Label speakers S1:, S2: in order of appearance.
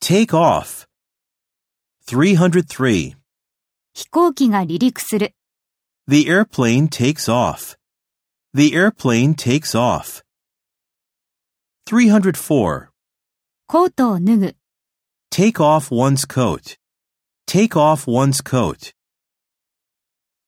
S1: take off. 303.
S2: 飛行機が離陸する。
S1: The airplane takes off. The airplane takes off. 304.
S2: コートを脱ぐ。
S1: Take off one's coat. Take off one's coat.